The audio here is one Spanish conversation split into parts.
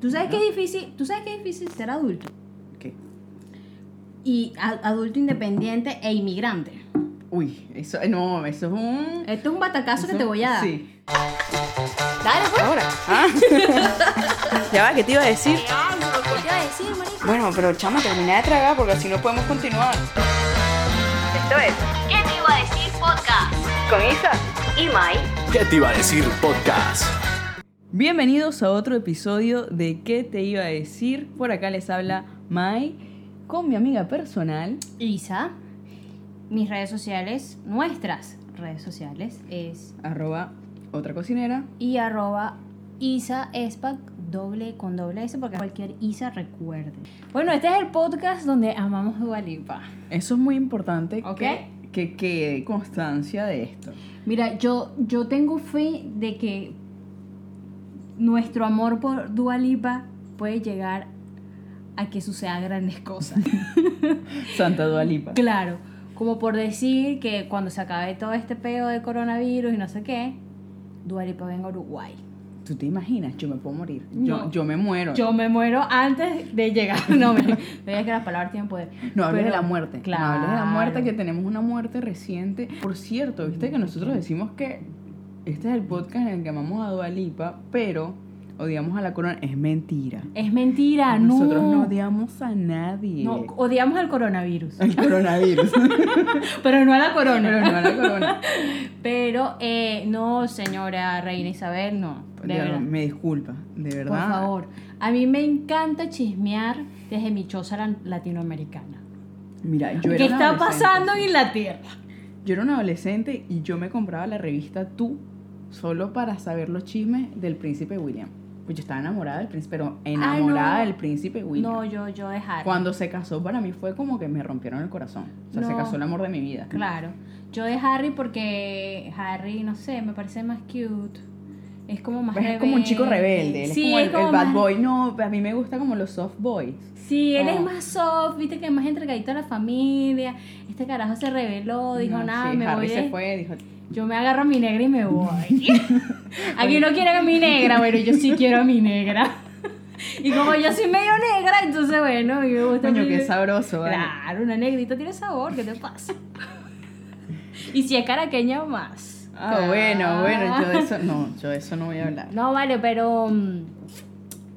¿Tú sabes qué es difícil? ¿Tú sabes qué es difícil ser adulto? ¿Qué? Y a- adulto independiente e inmigrante. Uy, eso, no, eso es un... Esto es un batacazo que eso- te voy a dar. Sí. Dale, pues. Ahora. Ah. ya va, ¿qué te iba a decir? ¿Qué te iba a decir, marico? Bueno, pero chama, termina de tragar porque así no podemos continuar. Esto es ¿Qué te iba a decir podcast? con Isa. Y Mai. ¿Qué te iba a decir podcast? Bienvenidos a otro episodio de ¿Qué te iba a decir? Por acá les habla Mai con mi amiga personal. Isa, mis redes sociales, nuestras redes sociales, es Arroba otra cocinera. y arroba Isa Espac doble con doble S porque cualquier Isa recuerde. Bueno, este es el podcast donde amamos Dualipa. Eso es muy importante Ok. que, que quede constancia de esto. Mira, yo, yo tengo fe de que nuestro amor por Dualipa puede llegar a que sucedan grandes cosas. Santa Dualipa. Claro, como por decir que cuando se acabe todo este pedo de coronavirus y no sé qué, Dualipa venga a Uruguay. ¿Tú te imaginas? Yo me puedo morir. Yo, No. yo me muero. Yo me muero antes de llegar. No, me, me digas que las palabras tienen poder. No hables de Pero- la muerte. Claro. No hables de la muerte, que tenemos una muerte reciente. Por cierto, viste que nosotros decimos que este es el podcast en el que amamos a Dualipa, pero odiamos a la corona. Es mentira. Es mentira, Ah, no. Nosotros no odiamos a nadie. No, odiamos al coronavirus, El coronavirus. pero no a la corona. pero no a la corona. Pero, eh, no, señora Reina Isabel, no. De Ya, verdad. me disculpa, de verdad. Por favor. A mí me encanta chismear desde mi choza lan- latinoamericana. Mira, yo era ¿Qué una está adolescente. pasando en la tierra? Yo era una adolescente y yo me compraba la revista Tú solo para saber los chismes del príncipe William. Pues yo estaba enamorada del príncipe, pero enamorada no. del príncipe William. No, yo, yo dejar. Cuando se casó para mí fue como que me rompieron el corazón. O sea, se No. casó el amor de mi vida. Claro. Yo de Harry porque Harry, no sé, me parece más cute. Es como más Pues es como un chico rebelde, él Sí, es como el, el bad más- boy. No, a mí me gusta como los soft boys. Sí, él es Ah. más soft, viste que es más entregadito a la familia. Este carajo se rebeló, dijo No, nada, sí, me Harry voy. se de- fue, dijo, Yo me agarro a mi negra y me voy. Aquí no quieren a mi negra, pero yo sí quiero a mi negra. Y como yo soy medio negra, entonces bueno, a mí me gusta. coño, mi- qué sabroso, ¿vale? Claro, una negrita tiene sabor, ¿qué te pasa? y si es caraqueña, más. Ah. Ah, bueno, bueno, yo de eso no, yo de eso no voy a hablar. No, vale, pero. mm,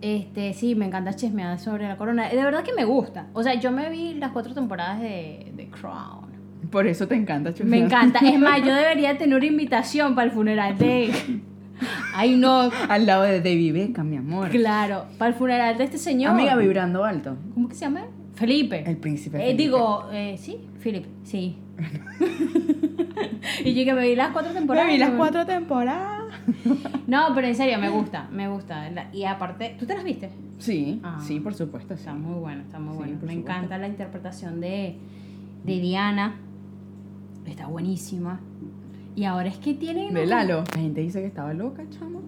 Este, sí, me encanta chismear sobre la corona. De verdad que me gusta. O sea, yo me vi las cuatro temporadas de, de Crown. Por eso te encanta, Chucky. Me encanta. Es más, yo debería tener una invitación para el funeral de. Ay, no. Al lado de David Beckham, mi amor. Claro, para el funeral de este señor. Amiga vibrando alto. ¿Cómo que se llama? Felipe. El príncipe. Eh, Felipe. digo, eh, sí, Philip, sí. y yo que me vi las cuatro temporadas. Me vi las cuatro temporadas. No, pero en serio, me gusta, me gusta. La- Y aparte, ¿tú te las viste? Sí, Ah. sí, por supuesto, sí. Está muy bueno, está muy Sí, bueno. por Me supuesto. encanta la interpretación de, de Diana. Está buenísima. Y ahora es que tienen... De Lalo. La gente dice que estaba loca, chamo.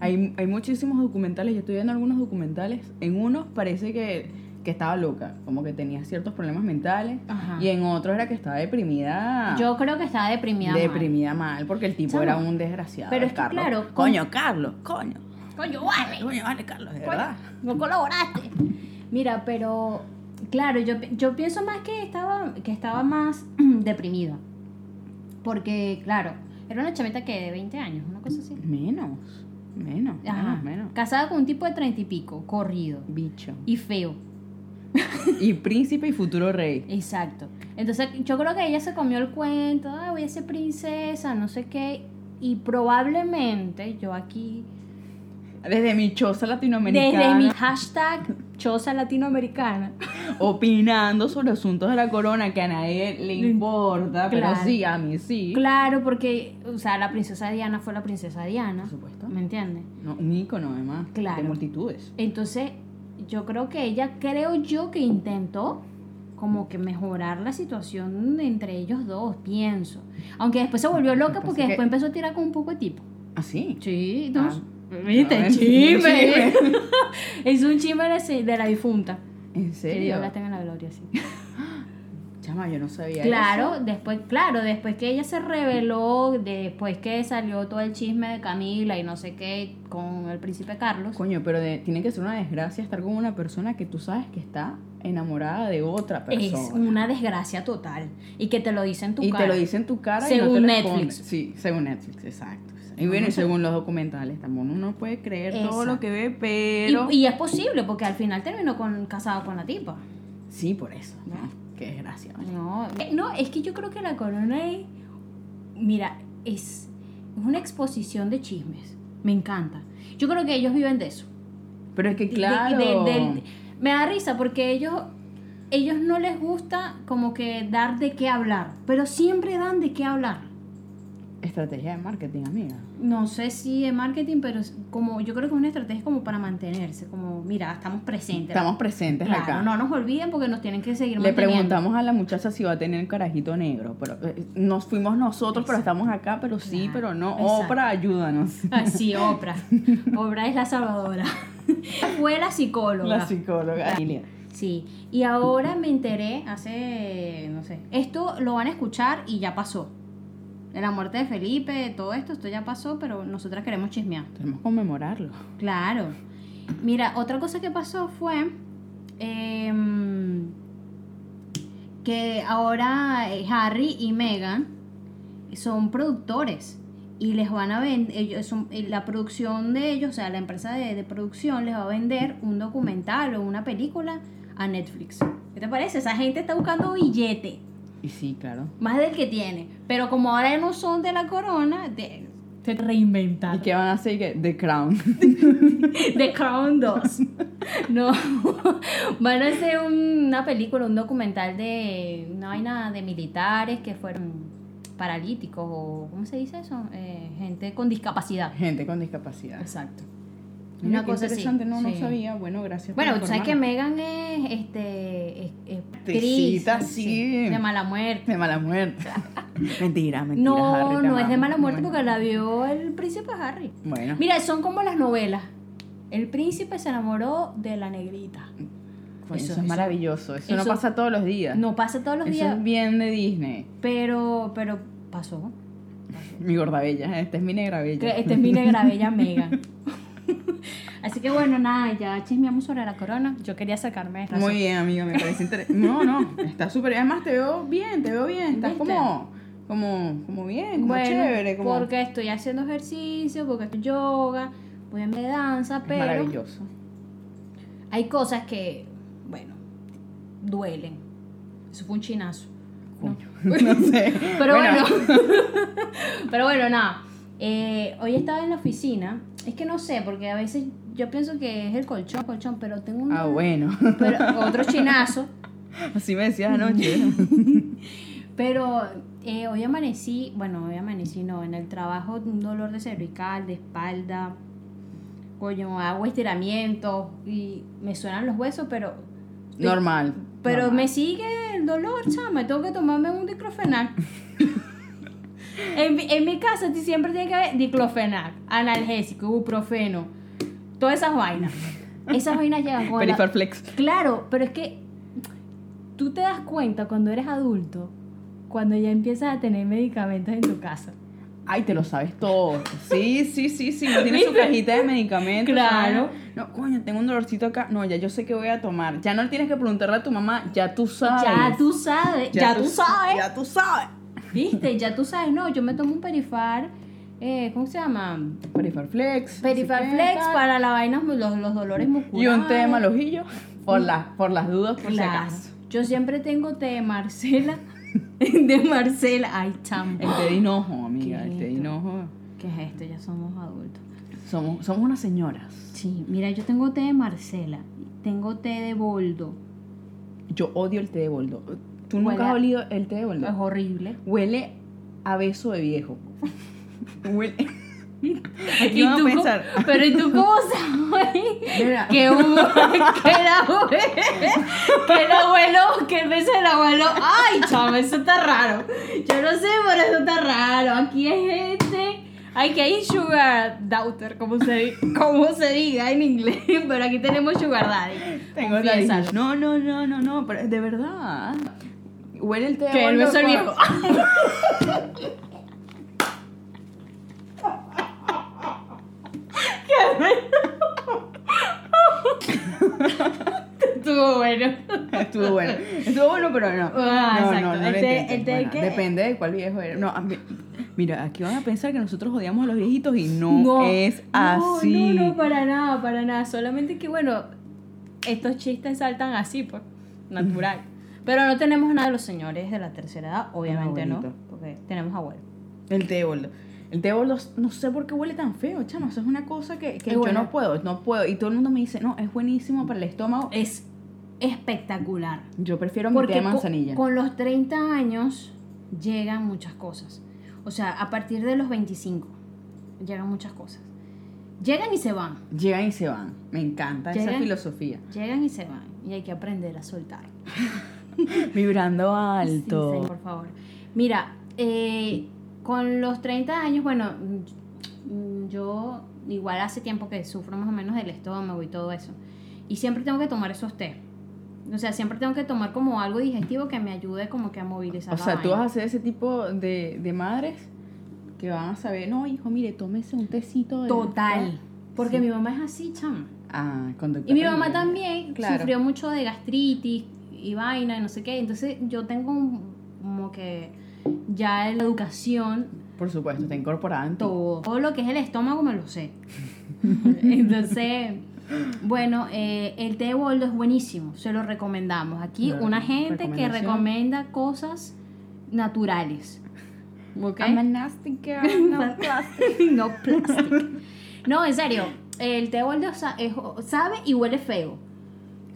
Hay, hay muchísimos documentales, yo estoy viendo algunos documentales. En unos parece que, que estaba loca, como que tenía ciertos problemas mentales. Ajá. Y en otros era que estaba deprimida. Yo creo que estaba deprimida. mal. deprimida mal. porque el tipo Chamo, era un desgraciado. pero es que Carlos. claro, con- Coño, Carlos, coño. Coño, vale. Coño, vale, Carlos, de Coño, verdad. No colaboraste. Mira, pero claro, yo, pi- yo pienso más que estaba, que estaba más deprimida. Porque, claro, era una chameta que de 20 años, una cosa así. Menos, menos, Ajá. menos, menos. Casada con un tipo de 30 y pico, corrido. Bicho. Y feo. Y príncipe y futuro rey. Exacto. Entonces, yo creo que ella se comió el cuento, ah, voy a ser princesa, no sé qué. Y probablemente yo aquí Desde mi choza latinoamericana. Desde mi hashtag choza latinoamericana. opinando sobre asuntos de la corona que a nadie le Le importa, claro. pero sí, a mí sí. Claro, porque, o sea, la princesa Diana fue la princesa Diana. Por supuesto. ¿Me entiendes? No, un ícono además Claro. de multitudes. Entonces, yo creo que ella, creo yo que intentó como que mejorar la situación entre ellos dos, pienso. Aunque después se volvió Lo loca que porque pasa es que- después empezó a tirar con un poco de tipo. Así. Sí, Ah. entonces, viste, No, es un chisme. chisme. es un chisme de la- de la difunta. ¿En Que serio? Dios la tenga en la gloria, sí. Chama, yo no sabía Claro, después, claro, después que ella se reveló, después que salió todo el chisme de Camila y no sé qué con el príncipe Carlos. eso. Coño, pero de- tiene que ser una desgracia estar con una persona que tú sabes que está enamorada de otra persona. Es una desgracia total. Y que te lo dice en tu y cara. te lo dice en tu cara y no Según te Netflix. responde. Sí, según Netflix, exacto. Y bueno, y según los documentales, tampoco uno puede creer todo lo Exacto. que ve, Y- pero... Y, es posible, porque al final terminó con, casado con la tipa. Sí, por eso. ¿no? Qué desgracia, ¿vale? No, eh, no, es que yo creo que la corona es. Mira, es, es una exposición de chismes. Me encanta. Yo creo que ellos viven de eso. Pero es que de- claro... de- del- me da risa porque ellos, ellos no les gusta como que dar de qué hablar, pero siempre dan de qué hablar. Estrategia de marketing, amiga. No sé si es marketing, pero es como yo creo que es una estrategia como para mantenerse, como mira, estamos presentes. Estamos presentes Claro, acá. No nos olviden porque nos tienen que seguir Le manteniendo. preguntamos a la muchacha si va a tener carajito negro, pero eh, nos fuimos nosotros, pero estamos acá, pero sí, Claro, pero no. exacto. Oprah, ayúdanos. Ah, sí, Oprah. Oprah es la salvadora. Fue la psicóloga. La psicóloga. Sí, y ahora me enteré hace, no sé, esto lo van a escuchar y ya pasó. De la muerte de Felipe, todo esto, esto ya pasó, pero nosotras queremos chismear. Tenemos que conmemorarlo. Claro. Mira, otra cosa que pasó fue em, que ahora eh, Harry y Meghan son productores y les van a vender, ellos son- eh, la producción de ellos, o sea, la empresa de, de producción les va a vender un documental o una película a Netflix. ¿Qué te parece? Esa gente está buscando billete, Y sí, claro. más del que tiene. Pero como ahora ya no son de la corona, de, se reinventaron. ¿Y qué van a hacer? ¿Qué? The Crown. The Crown 2. No. Van a hacer una película, un documental de una vaina de militares que fueron paralíticos o ¿cómo se dice eso? Eh, gente con discapacidad. Gente con discapacidad. Exacto. Mira, Una qué cosa así, interesante, no, no sí. sabía. Bueno, gracias. Bueno, tú tú sabes que Megan es este es, es actriz, Actricita, sí. de mala muerte. De mala muerte. mentira, mentira. No, Harry, te no es de amamos. mala muerte Bueno. porque la vio el príncipe Harry. Bueno, Mira, son como las novelas. El príncipe se enamoró de la negrita. coño, eso, eso- es eso- maravilloso. Eso, no eso- pasa todos los días. No pasa todos los eso días. es bien de Disney. Pero, pero pasó. Mi gorda bella. Esta es mi negra bella. Que este es mi negra bella mega. Así que bueno, nada, ya chismeamos sobre la corona. Yo quería sacarme esta. Muy bien, amiga, me parece interesante. No, no, está súper. Además, te veo bien, te veo bien. Estás ¿Viste? como, como, como bien, como bueno, chévere, como porque estoy haciendo ejercicio, porque estoy yoga, voy a mi danza, Es pero maravilloso. hay cosas que, bueno, duelen. Eso fue un chinazo. Coño, No sé. Pero bueno, pero bueno, nada. Eh, hoy estaba en la oficina. Es que no sé, porque a veces yo pienso que es el colchón, colchón, pero tengo un Ah, bueno. pero, otro chinazo. Así me decías anoche. Pero eh, hoy amanecí, bueno, hoy amanecí no, en el trabajo un dolor de cervical, de espalda, coño, hago estiramiento y me suenan los huesos, pero... Normal. Pero normal. me sigue el dolor, chama, tengo que tomarme un diclofenac. en, mi- en mi casa ti- siempre tiene que haber diclofenac, analgésico, ibuprofeno, todas esas vainas. Esas vainas llegan con la- Periferflex. Claro, pero es que tú te das cuenta cuando eres adulto, cuando ya empiezas a tener medicamentos en tu casa. Ay, te lo sabes todo. Sí, sí, sí, sí. No tiene su cajita de medicamentos. Claro. ¿sabes? No, coño, tengo un dolorcito acá. No, ya yo sé que voy a tomar. Ya no tienes que preguntarle a tu mamá. Ya tú sabes. Ya tú sabes, ya, tú, sabes, Ya tú sabes. viste, ya tú sabes, no, yo me tomo un perifar, eh, ¿cómo se llama? Periferflex. Perifar no sé qué, flex tal. para la vaina, los, los dolores Y musculares. un té de malojillo por, las por las dudas, por si Claro. acaso. Yo siempre tengo té de Marcela, de Marcela, ay, chamo. El té de hinojo, amiga. El té de rico. hinojo. ¿Qué es esto? Ya somos adultos. Somos, somos unas señoras. Sí, mira, yo tengo té de Marcela, tengo té de boldo, Yo odio el té de boldo. ¿Tú Huele nunca has a- olido el té de boldo? es horrible. Huele a beso de viejo. Huele. Aquí ¿Y van a tú pensar. cómo- pero ¿y tú cómo sabes Mira. que hubo que era hue- que el abuelo, que el beso del abuelo? Ay, chamo, eso está raro. Yo no sé, pero eso está raro. Aquí hay gente. Ay, que hay sugar daughter, como se, di- como se diga en inglés, pero aquí tenemos sugar daddy. Tengo la Confiésalo. No, no, no, no, no, pero de verdad. huele el té. Que el beso del el viejo. Estuvo bueno. Estuvo bueno. Estuvo bueno, pero no. Ah, no, exacto. no, no El lo té- intentes. el té Bueno, que- Depende de cuál viejo era. No, a mí- mira, aquí van a pensar que nosotros odiamos a los viejitos y no, es no, así. No, no, para nada, para nada. Solamente que, bueno, estos chistes saltan así, pues, natural. Pero no tenemos nada de los señores de la tercera edad, obviamente no, abuelito. porque tenemos abuelos. El té de boldo. El té de boldo, no sé por qué huele tan feo, chama. Eso es una cosa que, que Es yo bueno. no puedo, no puedo. Y todo el mundo me dice, no, es buenísimo para el estómago. Es espectacular. Yo prefiero mi té Porque de co- manzanilla. con los 30 años llegan muchas cosas. O sea, a partir de los 25 llegan muchas cosas. Llegan y se van. Llegan y se van. Me encanta esa Llegan. filosofía. Llegan y se van. Y hay que aprender a soltar. Vibrando Sí, alto. señor, por favor. Mira, eh, con los 30 años, bueno, mm, yo igual hace tiempo que sufro más o menos del estómago y todo eso. Y siempre tengo que tomar esos té. O sea, siempre tengo que tomar como algo digestivo que me ayude como que a movilizar O la sea, tú vaina. vas a ser ese tipo de, de madres que van a saber, no, hijo, mire, tómese un tecito. de- Total. Porque Sí. mi mamá es así, chama. Ah, conducta Y mi mamá familiar. también Claro. sufrió mucho de gastritis y vaina y no sé qué. Entonces yo tengo un- como que ya la educación Por supuesto, está incorporada en todo. todo. Todo lo que es el estómago me lo sé. Entonces, bueno, eh, el té de boldo es buenísimo, se lo recomendamos. Aquí Claro, una gente que recomendación. recomienda cosas naturales. ¿ok? I'm a nasty girl, no plastic. no plastic. No, en serio, el té de boldo sa- es- sabe y huele feo,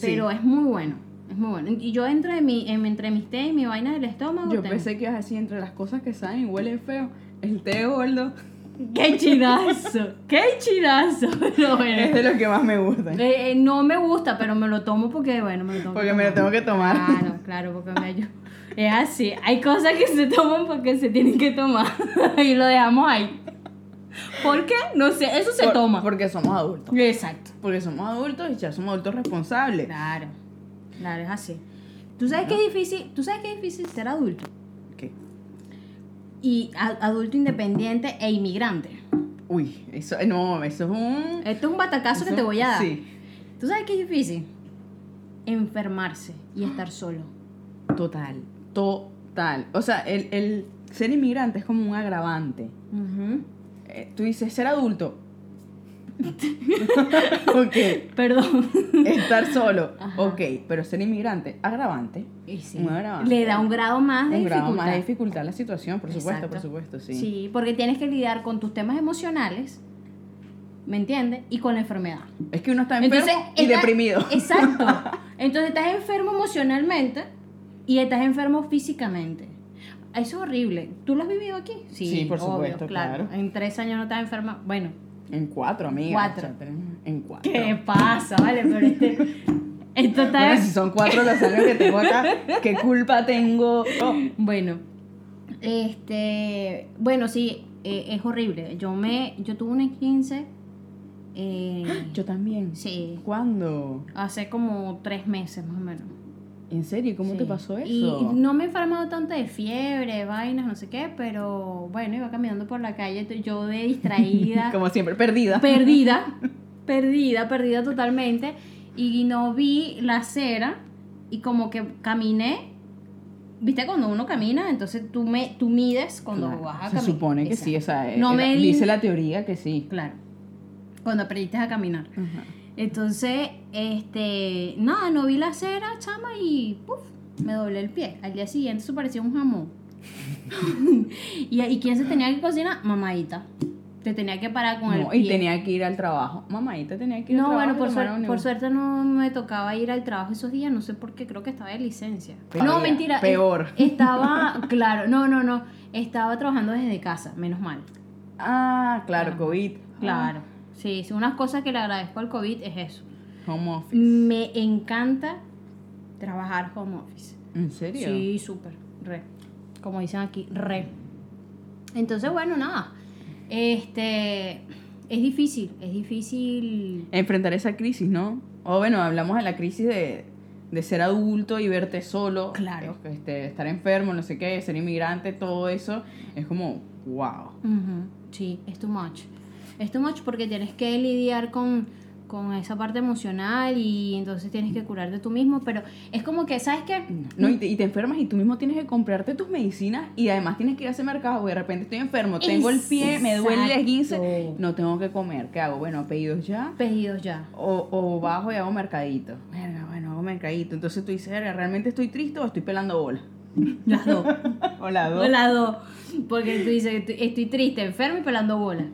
pero es muy bueno. Es muy bueno. Y yo entre, mi, en- entre mis té y mi vaina del estómago. Yo tengo- pensé que ibas así entre las cosas que saben y huele feo. El té gordo ¡Qué chinazo! ¡Qué chinazo! No, bueno. es de lo que más me gusta. Eh, eh, no me gusta, pero me lo tomo porque, bueno, me lo tengo Porque que me lo tengo que tomar. Claro, claro, porque me ayuda. Es así. Hay cosas que se toman porque se tienen que tomar. y lo dejamos ahí. ¿Por qué? No sé, eso se Por- toma. Porque somos adultos. Exacto. Porque somos adultos y ya somos adultos responsables. Claro, claro, es así. ¿Tú sabes qué es difícil? ¿Tú sabes qué es difícil ser adulto? ¿Qué? Y a- adulto independiente e inmigrante. Uy, eso, no, eso es un... Esto es un batacazo que eso- te voy a dar. Sí, ¿Tú sabes qué es difícil? Enfermarse y estar solo. total, total. O sea, el, el ser inmigrante es como un agravante. Ujú. Eh, tú dices ser adulto. ok. Perdón. Estar solo. Ajá. Ok. Pero ser inmigrante, agravante. Y sí, Un agravante. Le da un grado más de Un dificultad. grado más de dificultad a la situación, por supuesto, Exacto. por supuesto, sí. sí. porque tienes que lidiar con tus temas emocionales, ¿me entiendes? Y con la enfermedad. Es que uno está enfermo y estás- deprimido. Exacto. Entonces estás enfermo emocionalmente y estás enfermo físicamente. Eso es horrible. ¿Tú lo has vivido aquí? Sí, por supuesto, claro. En tres años no estás enferma. Bueno, En cuatro, amiga. Cuatro. O sea, tenemos- en cuatro. ¿qué pasa? Vale, pero este. Esto está. Bueno, si son cuatro los años que tengo acá, ¿qué culpa tengo? Oh, Bueno, este, bueno, sí, eh, es horrible. Yo me, yo tuve un 15, eh, yo también. sí, ¿Cuándo? hace como tres meses más o menos. ¿En serio? ¿Cómo te Sí. pasó eso? Y no me he enfermado tanto de fiebre, vainas, no sé qué, pero bueno, iba caminando por la calle, t- yo de distraída, Como siempre, perdida. perdida, perdida, perdida totalmente, y no vi la acera y como que caminé. Viste cuando uno camina, entonces tú me tú mides cuando Claro, vas a Se caminar. supone que sí, Exacto. o sea, No eh, me di- dice la teoría que sí. Claro. Cuando aprendiste a caminar. Entonces, este, nada, no vi la cera, chama, y puff, me doblé el pie. Al día siguiente eso parecía un jamón. y, ¿Y quién se tenía que cocinar? Mamadita. Te tenía que parar con el No, pie. y tenía que ir al trabajo. Mamadita tenía que ir no, al bueno, trabajo. por, y tomar suer- un- por suerte no me tocaba ir al trabajo esos días, no sé por qué, creo que estaba de licencia. Peor. no, mentira. Peor. es- Estaba, claro, no, no, no, estaba trabajando desde casa, menos mal. Ah, claro, COVID. Claro. Sí, sí, una cosa que le agradezco al COVID es eso. Ah, Home office. Me encanta trabajar home office. ¿En serio? Sí, súper, re. Como dicen aquí, re. Entonces, bueno, nada. Este es difícil, es difícil. Enfrentar esa crisis, ¿no? O bueno, hablamos de la crisis de, de ser adulto y verte solo, Claro. este, estar enfermo, no sé qué, ser inmigrante, todo eso, es como, wow. Ujú, Sí, es too much. Es too much porque tienes que lidiar con, con esa parte emocional y entonces tienes que curarte tú mismo, pero es como que, ¿sabes qué? No, y te, y te enfermas y tú mismo tienes que comprarte tus medicinas y además tienes que ir a ese mercado y de repente estoy enfermo, tengo el pie, me duele el esguince, Exacto. no tengo que comer, ¿qué hago? Bueno, pedidos ya Pedidos ya. o, o bajo y hago mercadito. Verga, bueno, hago mercadito. Entonces tú dices, "Verga, ¿realmente estoy triste o estoy pelando bola? Las dos. Hola, dos. Las dos. Porque tú dices, "Estoy- estoy triste, enfermo y pelando bola.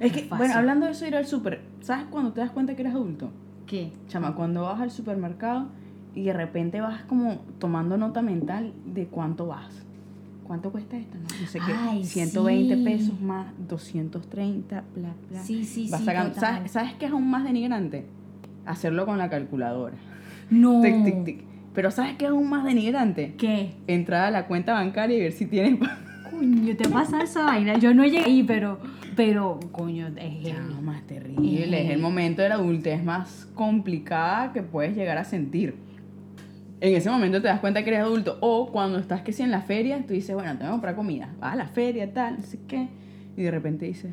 Es que, Fácil. bueno, hablando de eso, ir al súper, ¿sabes cuando te das cuenta que eres adulto? ¿Qué? Chama, cuando vas al supermercado y de repente vas como tomando nota mental de cuánto vas. ¿Cuánto cuesta esto? No, no sé qué. Ay, 120 sí. pesos más, 230, bla, bla. Sí, sí, Vas sí. sacando- total. ¿sabes, sabes qué es aún más denigrante? Hacerlo con la calculadora. No. Tic, tic, tic. Pero ¿sabes qué es aún más denigrante? ¿Qué? Entrar a la cuenta bancaria y ver si tienes... pa- Coño, te pasa esa vaina. Yo no llegué ahí, pero, pero, coño, es Chama, heavy. más terrible. Es el momento de la adultez más complicada que puedes llegar a sentir. En ese momento te das cuenta que eres adulto. O cuando estás que si en la feria, tú dices, bueno, tengo que comprar comida. Vas a la feria, tal, no sé qué. Y de repente dices,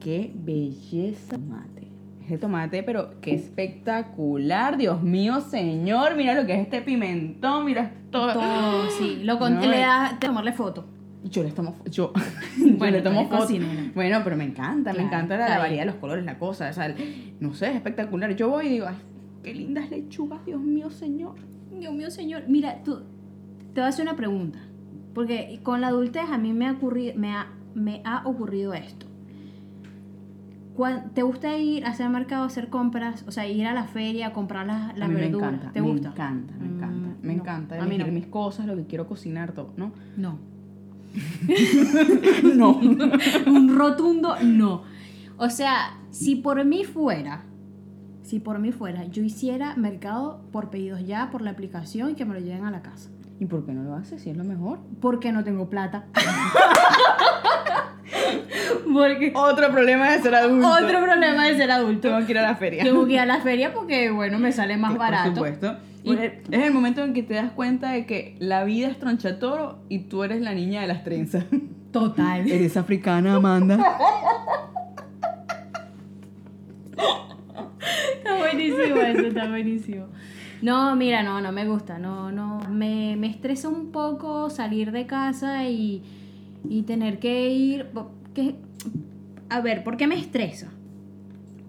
qué belleza tomate. Ese tomate, pero qué espectacular. Dios mío, señor. Mira lo que es este pimentón. Mira todo. Todo, sí. Lo con- No, le eh. das, te tomarle foto. Yo les tomo, yo, Bueno, yo le tú tomo eres fotos. cocinera. Bueno, pero me encanta, Claro, me encanta la, está la bien. variedad de los colores, la cosa, o sea, el- no sé, es espectacular. Yo voy y digo, ay, qué lindas lechugas, Dios mío, señor. Dios mío, señor. Mira, tú, te voy a hacer una pregunta. Porque con la adultez a mí me ha ocurrido, me ha, me ha ocurrido esto. Cuan- ¿Te gusta ir a hacer mercado, a hacer compras? O sea, ir a la feria, a comprar las, A las mí verduras. me encanta, ¿Te me gusta? encanta, me Mm, encanta, me no, encanta A mí elegir no. mis cosas, lo que quiero cocinar, todo, ¿no? No. No. un rotundo no. O sea, si por mí fuera, si por mí fuera, yo hiciera mercado por pedidos ya, por la aplicación y que me lo lleven a la casa. ¿Y por qué no lo haces si es lo mejor? Porque no tengo plata. porque Otro problema de ser adulto. otro problema de ser adulto. Tengo que ir a la feria. Tengo que ir a la feria porque, bueno, me sale más Sí, barato. Por supuesto. Y- Bueno, es el momento en que te das cuenta de que la vida es tronchatoro y tú eres la niña de las trenzas. Total. Eres africana, Amanda. Está buenísimo eso, está buenísimo. No, mira, no, no me gusta, no, no. Me, me estresa un poco salir de casa y, y tener que ir. po- Que, a ver, ¿por qué me estresa?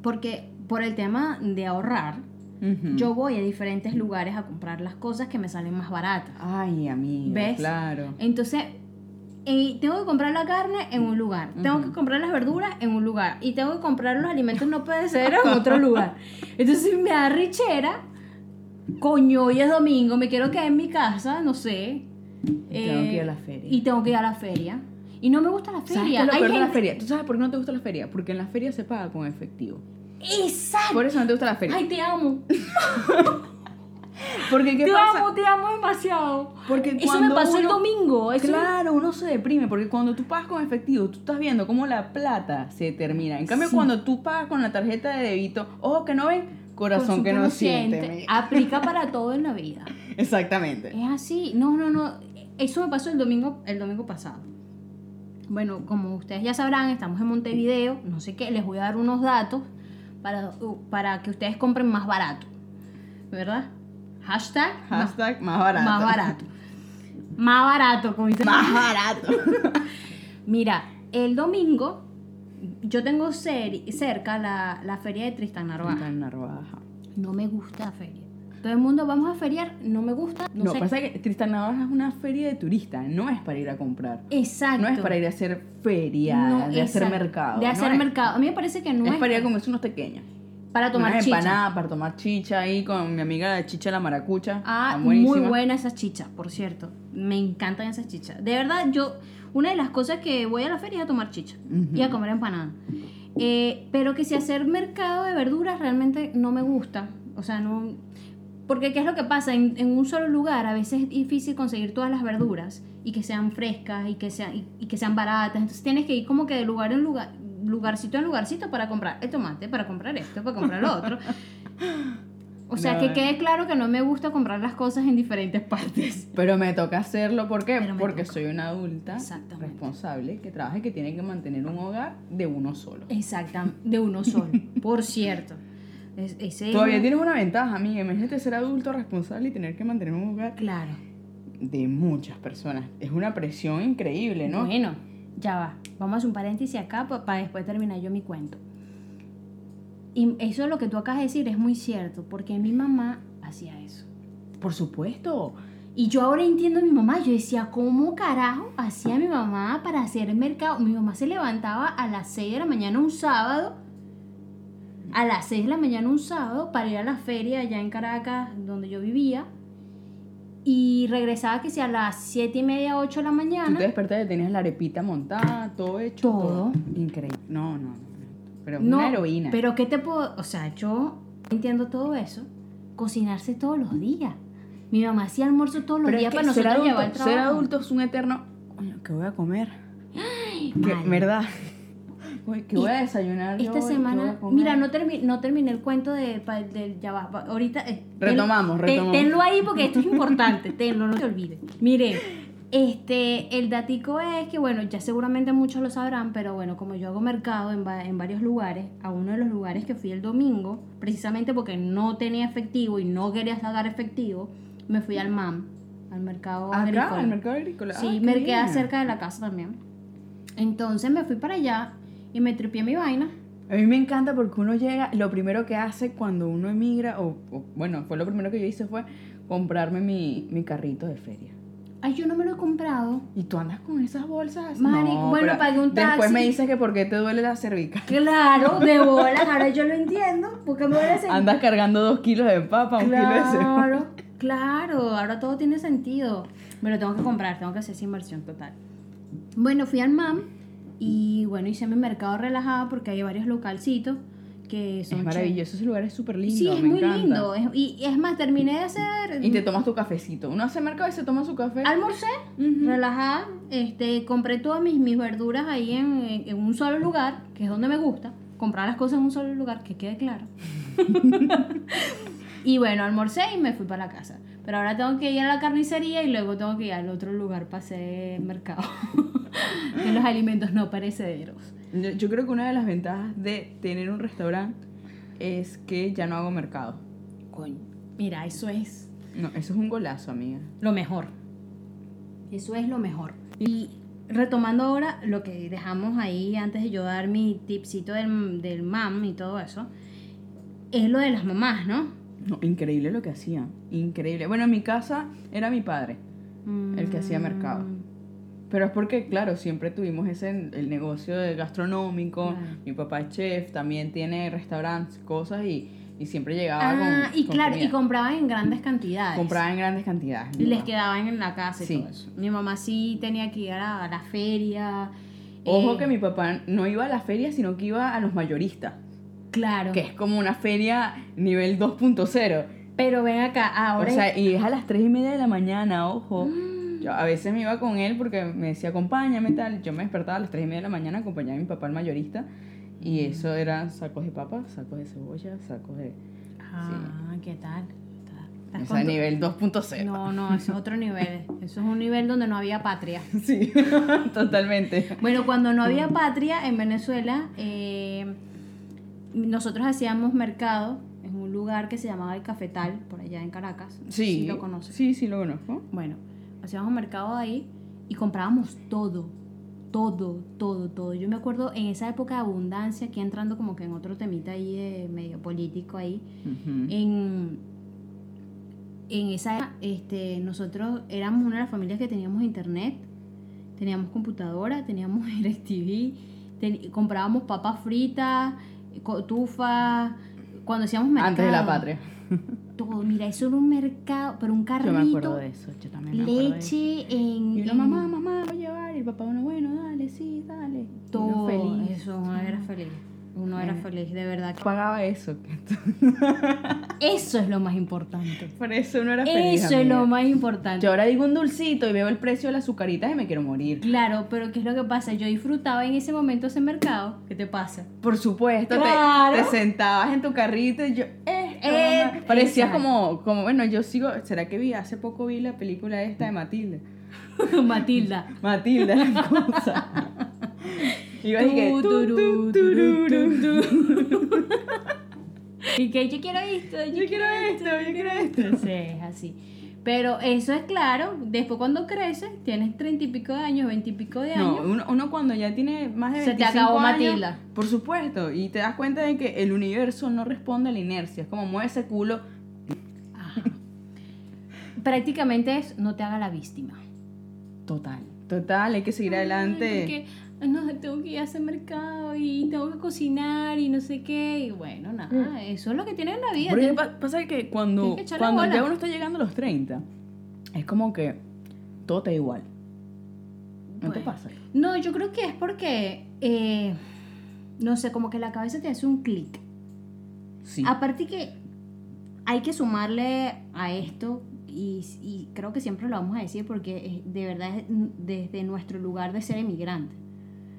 Porque por el tema de ahorrar, Ujú. yo voy a diferentes lugares a comprar las cosas que me salen más baratas. Ay, amiga, ¿Ves? claro. Entonces, eh, tengo que comprar la carne en un lugar, tengo que comprar las verduras en un lugar y tengo que comprar los alimentos no perecederos en otro lugar. Entonces me da richera, coño, hoy es domingo, me quiero quedar en mi casa, no sé. tengo que ir a la feria. Eh, Y tengo que ir a la feria. Y no me gusta la ¿Sabes qué feria. es lo Hay peor de la gente- feria? ¿Tú sabes por qué no te gusta la feria? Porque en la feria se paga con efectivo. Exacto. Por eso no te gusta la feria. Ay, te amo. Porque ¿qué Te pasa? amo, te amo demasiado. Porque Eso me cuando pasó el uno- domingo. eso- Claro, uno se deprime porque cuando tú pagas con efectivo, tú estás viendo cómo la plata se termina. En cambio, Sí. cuando tú pagas con la tarjeta de débito, ojo que no ven, corazón, que no siente. amiga. Aplica para todo en la vida. Exactamente. Es así, no, no, no. Eso me pasó el domingo, el domingo pasado. Bueno, como ustedes ya sabrán, estamos en Montevideo, no sé qué, les voy a dar unos datos para, uh, para que ustedes compren más barato. ¿Verdad? Hashtag, más- Hashtag más barato. más barato. Más barato, como dice. Más barato. Mira, el domingo yo tengo cer- cerca la, la feria de Tristán Narvaja. Una rebaja. No me gusta la feria. Todo el mundo vamos a feriar, no me gusta. No, No, sé. pasa que Tristán Navaja es una feria de turistas, no es para ir a comprar. Exacto. No es para ir a hacer feria, No, de hacer exacto. mercado. De no hacer es. mercado. A mí me parece que no es, es para ir a comerse unos pequeños. para tomar Unas chicha. empanadas, para tomar chicha ahí con mi amiga la chicha la maracucha. Ah, Están muy buenísimas. buena esas chichas, por cierto. Me encantan esas chichas. De verdad, yo, una de las cosas que voy a la feria es a tomar chicha Ujú. y a comer empanada. Eh, pero que si hacer mercado de verduras realmente no me gusta. O sea, no. Porque, ¿qué es lo que pasa? En, en un solo lugar a veces es difícil conseguir todas las verduras y que sean frescas y que sean, y, y que sean baratas. Entonces tienes que ir como que de lugar en lugar, lugarcito en lugarcito para comprar el tomate, para comprar esto, para comprar lo otro. O sea, No, que no. eh. quede claro que no me gusta comprar las cosas en diferentes partes. Pero me toca hacerlo, ¿por qué? Pero me Porque toca. soy una adulta Exactamente. responsable que trabaja y que tiene que mantener un hogar de uno solo. Exactamente, de uno solo, por cierto. Es- ese- Todavía tienes una ventaja, amiga. Imagínate ser adulto responsable y tener que mantener un hogar Claro. de muchas personas. Es una presión increíble, ¿no? Bueno, ya va. Vamos a hacer un paréntesis acá para después terminar yo mi cuento. Y eso lo que tú acabas de decir es muy cierto, porque mi mamá hacía eso. Por supuesto. Y yo ahora entiendo a mi mamá. Yo decía, ¿cómo carajo hacía mi mamá para hacer mercado? Mi mamá se levantaba a las 6 de la mañana un sábado. A las 6 de la mañana un sábado para ir a la feria allá en Caracas, donde yo vivía. Y regresaba que sea a las 7 y media, 8 de la Tú mañana. te despertaste y tenías la arepita montada, todo hecho. Todo. Increíble. No, no, no. Pero es No, una heroína. Pero ¿qué te puedo...? O sea, yo entiendo todo eso. Cocinarse todos los días. Mi mamá hacía almuerzo todos los Pero es días que para ser nosotros llevar al adulto, trabajo. ser adulto es un eterno. Coño, ¿qué voy a comer? ¿Qué- Mal. ¿Verdad? Uy, ¿Qué Y voy a desayunar? yo Esta hoy? ¿Qué voy semana, a comer? mira, no, termi- no terminé el cuento de, pa- del ya va, va, ahorita. eh, ten- Retomamos, ten- retomamos. tenlo ahí porque esto es importante, tenlo, no te olvides. Mire, este, el datico es que, bueno, ya seguramente muchos lo sabrán, pero bueno, como yo hago mercado en, va- en varios lugares, a uno de los lugares que fui el domingo, precisamente porque no tenía efectivo y no quería sacar efectivo, me fui al MAM, al mercado Ah, Acá, agrícola. al mercado agrícola. Sí, Ah, me qué quedé bien. cerca de la casa también. Entonces me fui para allá y me tripié mi vaina. A mí me encanta porque uno llega, lo primero que hace cuando uno emigra, o, o, bueno, fue lo primero que yo hice fue comprarme mi, mi carrito de feria. Ay, yo no me lo he comprado. Y tú andas con esas bolsas. Mari- bueno, pero pagué un Después taxi. me dices que por qué te duele la cervical. Claro, de bolas, ahora yo lo entiendo. Porque me voy a sentir. Andas cargando dos kilos de papa, un kilo de cervical. Claro, claro, ahora todo tiene sentido. Me lo tengo que comprar, tengo que hacer esa inversión total. Bueno, fui al MAM y bueno, hice mi mercado relajado porque hay varios localcitos que son. Es maravilloso, ese lugar es súper lindo. chéveres. Sí, es me muy encanta. lindo. Es- y y es más, terminé de hacer. Y te tomas tu cafecito. Uno hace mercado y se toma su café. Almorcé, Ujú. relajada, este, compré todas mis, mis verduras ahí en, en- en un solo lugar, que es donde me gusta, comprar las cosas en un solo lugar, que quede claro. y bueno, almorcé y me fui para la casa. Pero ahora tengo que ir a la carnicería y luego tengo que ir al otro lugar para hacer mercado de los alimentos no perecederos. Yo, yo creo que una de las ventajas de tener un restaurante es que ya no hago mercado. Coño, mira, eso es No, eso es un golazo, amiga. lo mejor. Eso es lo mejor. Y retomando ahora lo que dejamos ahí antes de yo dar mi tipcito del, del mam y todo eso, es lo de las mamás, ¿no? No, increíble lo que hacía. Increíble. Bueno, en mi casa era mi padre el que hacía mercado. Mm. Pero es porque, claro, siempre tuvimos ese el negocio de gastronómico. Claro. Mi papá es chef, también tiene restaurantes, cosas y, y siempre llegaba Ah, con. y claro, y comida. compraban en grandes cantidades. compraba en grandes cantidades. Y mi les papá. quedaban en la casa y Sí. todo eso. Mi mamá sí tenía que ir a, a la feria. Ojo eh, que mi papá no iba a la feria, sino que iba a los mayoristas, Claro. que es como una feria nivel 2.0. Pero ven acá, O ahora... Mm. sea, y es a las 3 y media de la mañana, ojo. Yo a veces me iba con él porque me decía, acompáñame tal. Yo me despertaba a las 3 y media de la mañana, acompañaba a mi papá al mayorista. Mm. Y eso era sacos de papa, sacos de cebolla, sacos de... ah, ¿qué tal? Estás- estás O con sea, tu- nivel 2.0. No, no, eso es otro nivel. Eso es un nivel donde no había patria. Sí, totalmente. Bueno, cuando no había patria en Venezuela, eh, nosotros hacíamos mercado en un lugar que se llamaba El Cafetal, por allá en Caracas. No sé Sí. si lo conoces. Sí, sí lo conozco. Bueno, hacíamos mercado ahí y comprábamos todo. Todo, todo, todo. Yo me acuerdo en esa época de abundancia, aquí entrando como que en otro temita ahí de medio político ahí, Ujú. en, en esa era, este, nosotros éramos una de las familias que teníamos internet, teníamos computadora, teníamos DirecTV, ten- comprábamos papas fritas, co- tufas, cuando hacíamos mercado. Antes de la patria. Todo, mira, eso era un mercado, pero un Yo carrito, me acuerdo de eso, yo también me acuerdo de eso. leche en... Y uno, en mamá, mamá, voy a llevar. Y el papá, bueno, bueno, dale, sí, dale. Y uno todo. feliz. Eso, uno era feliz. Uno era Bueno. feliz, de verdad. que- Pagaba eso. Eso es lo más importante. Por eso no era feliz. Eso es lo amiga. más importante. Yo ahora digo un dulcito y veo el precio de las azucaritas y me quiero morir. Claro, pero ¿qué es lo que pasa? Yo disfrutaba en ese momento ese mercado. ¿Qué te pasa? Por supuesto, te- Claro. te, sentabas en tu carrito y yo, esto, mamá, era- Parecías exacto. como, como, bueno, yo sigo, ¿será que vi? Hace poco vi la película esta de Matilda. Matilda. Matilda la cosa. Iba a Tu, decir turú, turú, Y que yo quiero esto, yo, quiero esto, yo quiero esto. Sí, es así. Pero eso es claro, después cuando creces, tienes treinta y pico de años, veinte y pico de No, años. uno, uno cuando ya tiene más de Este Se te 25 acabó años, Matilda. Por supuesto, y te das cuenta de que el universo no responde a la inercia, es como mueve ese culo. Ajá. Prácticamente es no te haga la víctima. Total. Total, hay que seguir adelante. Ay, Porque no, tengo que ir a hacer mercado y tengo que cocinar y no sé qué. Y bueno, Mm. nada, eso es lo que tienes en la vida. Porque tienes- pa- pasa que cuando, tienes que echarle cuando bola. ya uno está llegando a los 30, es como que todo te da igual. ¿No te Bueno. pasa? No, yo creo que es porque, eh, no sé, como que la cabeza te hace un clic. Sí. Aparte que hay que sumarle a esto, y, y creo que siempre lo vamos a decir porque es- de verdad es desde nuestro lugar de ser emigrante.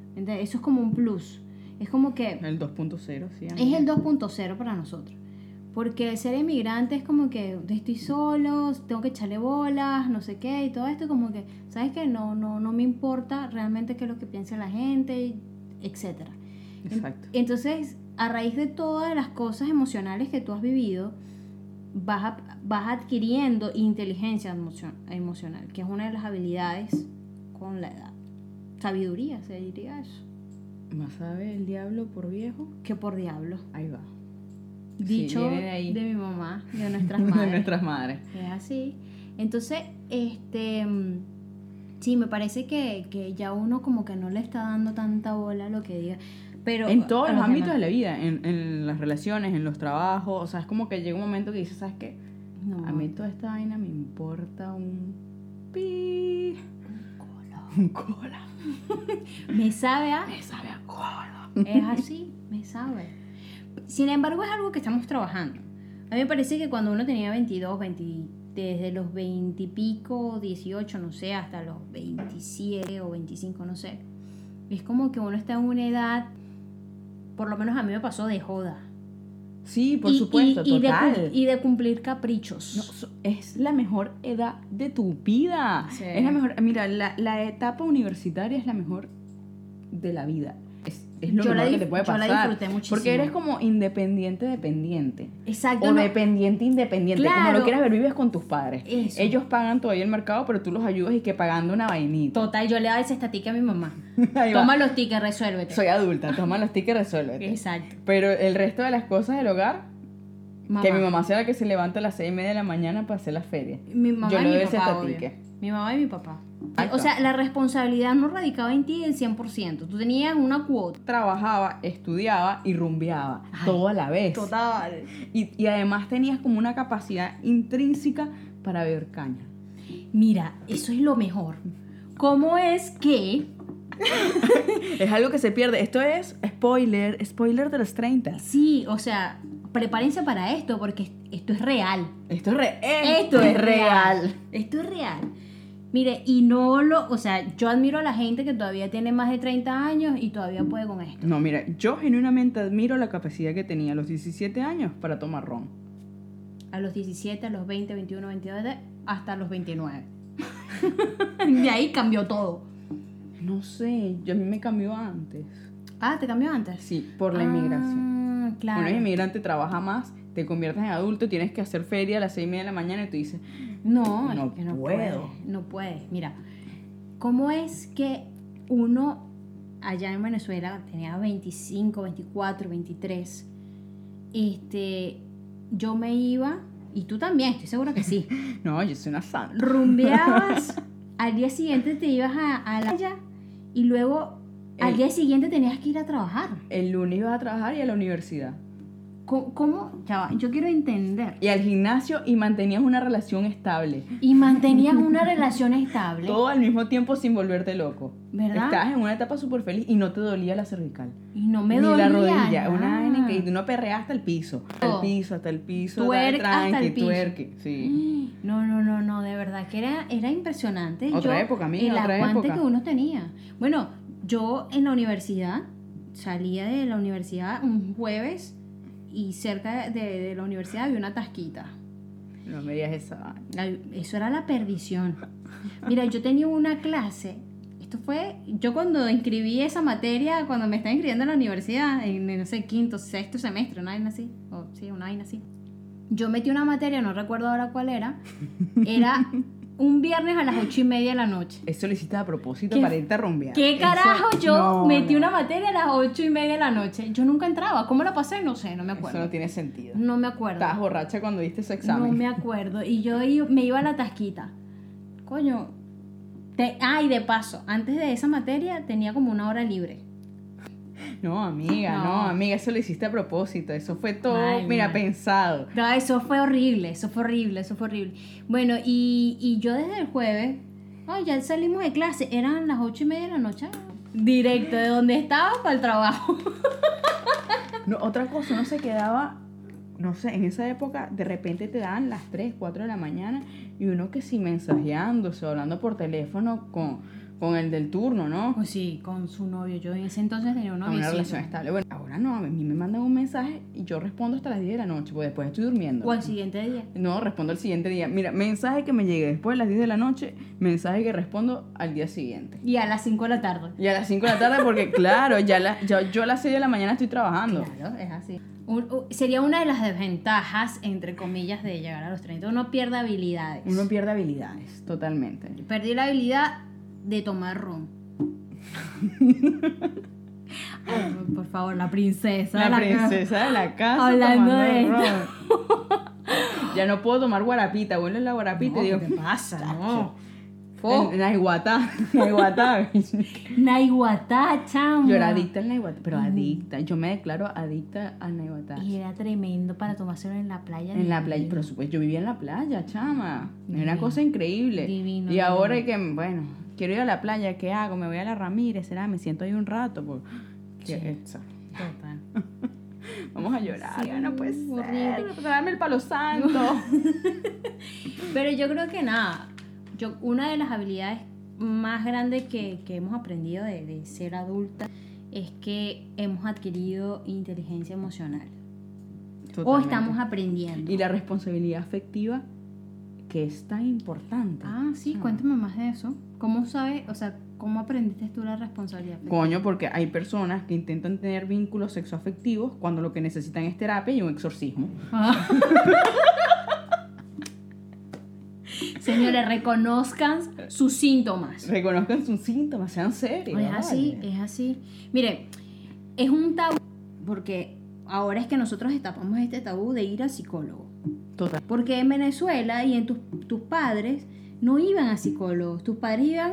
¿Entiendes? Eso es como un plus. Es como que... El 2.0, sí. Es amiga. el 2.0 para nosotros. Porque el ser emigrante es como que estoy solo, tengo que echarle bolas, no sé qué, y todo esto, como que, ¿sabes qué? No, no, no me importa realmente qué es lo que piense la gente, etcétera. Exacto. Entonces, a raíz de todas las cosas emocionales que tú has vivido, vas, a- vas adquiriendo inteligencia emocio- emocional, que es una de las habilidades con la edad. Sabiduría, se diría eso. Más sabe el diablo por viejo. Que por diablo. Ahí va. Sí, dicho viene de ahí. de mi mamá, de nuestras De madres. nuestras madres. Es así. Entonces, este mm, sí, me parece que, que ya uno como que no le está dando tanta bola a lo que diga. Pero En todos a los ámbitos demás, de la vida, en, en las relaciones, en los trabajos, o sea, es como que llega un momento que dices, ¿sabes qué? no. A mí toda esta vaina me importa un pi. Un cola. me sabe a Me sabe a cola. es así, me sabe. Sin embargo, es algo que estamos trabajando. A mí me parece que cuando uno tenía 22, 20, desde los 20 y pico, 18, no sé, hasta los 27 o 25, no sé, es como que uno está en una edad, por lo menos a mí me pasó de joda. Sí, por Y- y- supuesto, y de cum- total. Y de, cumplir caprichos. No, so- es la mejor edad de tu vida. Sí. Es la mejor. Mira, la, la etapa universitaria es la mejor de la vida. Es, es lo Yo la mejor que dif- te puede yo la pasar. disfruté muchísimo. Porque eres como independiente dependiente. Exacto. O no. dependiente independiente. Como Claro. lo quieras ver, vives con tus padres. Eso. Ellos pagan todavía el mercado, pero tú los ayudas y que pagando una vainita. Total, yo le daba ese estatique a mi mamá. Ahí va. Toma los tickets, resuélvete. Soy adulta, toma los tickets, resuélvete. Exacto. Pero el resto de las cosas del hogar, que mi mamá sea la que se levanta a las seis y media de la mañana para hacer la feria. Mi mamá Yo y le mi doy ese papá, obvio. estatique. Mi mamá y mi papá. Exacto. O sea, la responsabilidad no radicaba en ti del 100%. Tú tenías una cuota. trabajaba, estudiaba y rumbeaba, Ay, todo a la vez. Total. Y, y además tenías como una capacidad intrínseca para beber caña. Mira, eso es lo mejor. ¿Cómo es que Es algo que se pierde. Esto es spoiler, spoiler de los 30. sí, o sea, prepárense para esto porque esto es real. Esto es, re- Esto es real. Esto es real. Mire, y no lo, o sea, yo admiro a la gente que todavía tiene más de 30 años y todavía puede con esto. No, mira, yo genuinamente admiro la capacidad que tenía a los 17 años para tomar ron. A los 17, a los 20, 21, 22, hasta los 29. De ahí cambió todo. No sé, yo a mí me cambió antes. Ah, ¿te cambió antes? Sí, por la inmigración. Ah, claro. Uno es inmigrante, trabaja más, te conviertes en adulto, tienes que hacer feria a las 6 y media de la mañana y tú dices, No, No es que no puedo. puedes, No puedes. Mira, ¿cómo es que uno allá en Venezuela tenía 25, 24, 23? Este, yo me iba, y tú también, estoy segura que sí. no, yo soy una santa. Rumbeabas, al día siguiente te ibas a, a la playa y luego al El- día siguiente tenías que ir a trabajar. El lunes ibas a trabajar y a la universidad. ¿Cómo? cómo? Ya va, yo quiero entender. Y al gimnasio y mantenías una relación estable. Y mantenías una relación estable. Todo al mismo tiempo sin volverte loco. ¿Verdad? Estabas en una etapa súper feliz y no te dolía la cervical. Y no me ni dolía. la rodilla. Una nada. vaina que y tú no perreas hasta el piso. Hasta Todo. el piso, hasta el piso. Twerk dale, hasta el piso. tuerque. Sí. No, no, no, no, de verdad que era, era impresionante. Otra Yo- época, amiga, El otra aguante época. que uno tenía. Bueno, yo en la universidad, salía de la universidad un jueves y cerca de, de la universidad había una tasquita. No me digas esa. La- eso era la perdición. Mira, yo tenía una clase. Esto fue, yo cuando inscribí esa materia, cuando me estaba inscribiendo en la universidad, en, en, no sé, quinto, sexto semestre, una vaina así, o sí, una vaina así. Yo metí una materia, no recuerdo ahora cuál era, era un viernes a las ocho y media de la noche. Eso lo hiciste a propósito ¿Qué- para irte a rumbear. ¿Qué Eso- carajo? yo No, metí no, una materia a las ocho y media de la noche. Yo nunca entraba. ¿Cómo la pasé? No sé, no me Eso acuerdo. no tiene sentido. No me acuerdo. Estabas borracha cuando diste ese examen. No me acuerdo. Y yo i- me iba a la tasquita. Coño. Te, ah, y de paso, antes de esa materia tenía como una hora libre. No, amiga, no. No. amiga, eso lo hiciste a propósito. Eso fue todo, Mal, mira, mal. pensado. No, eso fue horrible, eso fue horrible, eso fue horrible. Bueno, y, y yo desde el jueves, ay, ya salimos de clase, eran las ocho y media de la noche. Directo de donde estaba para el trabajo. No, otra cosa, uno se quedaba, no sé, en esa época de repente te daban las 3, 4 de la mañana y uno que sí mensajeándose, hablando por teléfono con, con el del turno, ¿no? Pues sí, con su novio. Yo en ese entonces tenía un Con una novio. relación estable. Bueno, ahora no, a mí me mandan un mensaje y yo respondo hasta las 10 de la noche, porque después estoy durmiendo. O al siguiente día. No, respondo el siguiente día. Mira, mensaje que me llegue después de las 10 de la noche, mensaje que respondo al día siguiente. Y a las 5 de la tarde. Y a las 5 de la tarde, porque claro, ya la- ya- yo a las 6 de la mañana estoy trabajando. Claro, es así. Un- u- sería una de las desventajas, entre comillas, de llegar a los 30. Uno pierde habilidades. Uno pierde habilidades, totalmente. Perdí la habilidad de tomar ron. Ay, Oh, por favor, la princesa. La de la casa. princesa de la casa. Hablando tomando de ron. Ya no puedo tomar guarapita, vuelve la guarapita No, y digo, ¿qué te pasa? No. Fo. En, en la iguatá, en la iguatá. Naiguatá, chamo. Yo era adicta al naiguatá, pero adicta. Yo me declaro adicta al naiguatá. Y era tremendo para tomárselo en la playa. En la playa, pero supuesto, yo vivía en la playa, chama. Era una Divino. cosa increíble. Divino, y divino. ahora que, bueno, quiero ir a la playa, ¿qué hago? Me voy a la Ramírez, será, me siento ahí un rato. Por... Sí. ¿Qué- eso? Total. Vamos a llorar, Sí, no puede ser. horrible. Dame el palo santo. Pero yo creo que nada, yo, una de las habilidades más grandes que, que hemos aprendido de, de ser adulta es que hemos adquirido inteligencia emocional. O Totalmente. estamos aprendiendo. Y la responsabilidad afectiva que es tan importante. Ah, sí, cuéntame más de eso. ¿Cómo sabes, o sea, cómo aprendiste tú la responsabilidad? Coño, porque hay personas que intentan tener vínculos sexoafectivos cuando lo que necesitan es terapia y un exorcismo. Ah. Señores, reconozcan sus síntomas. Reconozcan sus síntomas, sean serios. Es así, vale. es así. Mire, es un tabú porque ahora es que nosotros destapamos este tabú de ir al psicólogo. Total. Porque en Venezuela y en tus, tus padres no iban a psicólogos, tus padres iban